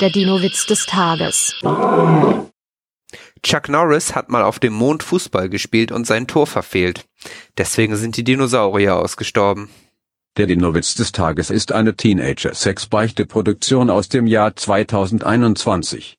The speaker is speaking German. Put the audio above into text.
Der Dino-Witz des Tages. Chuck Norris hat mal auf dem Mond Fußball gespielt und sein Tor verfehlt. Deswegen sind die Dinosaurier ausgestorben. Der Dinowitz des Tages ist eine Teenager-Sex-Beichte-Produktion aus dem Jahr 2021.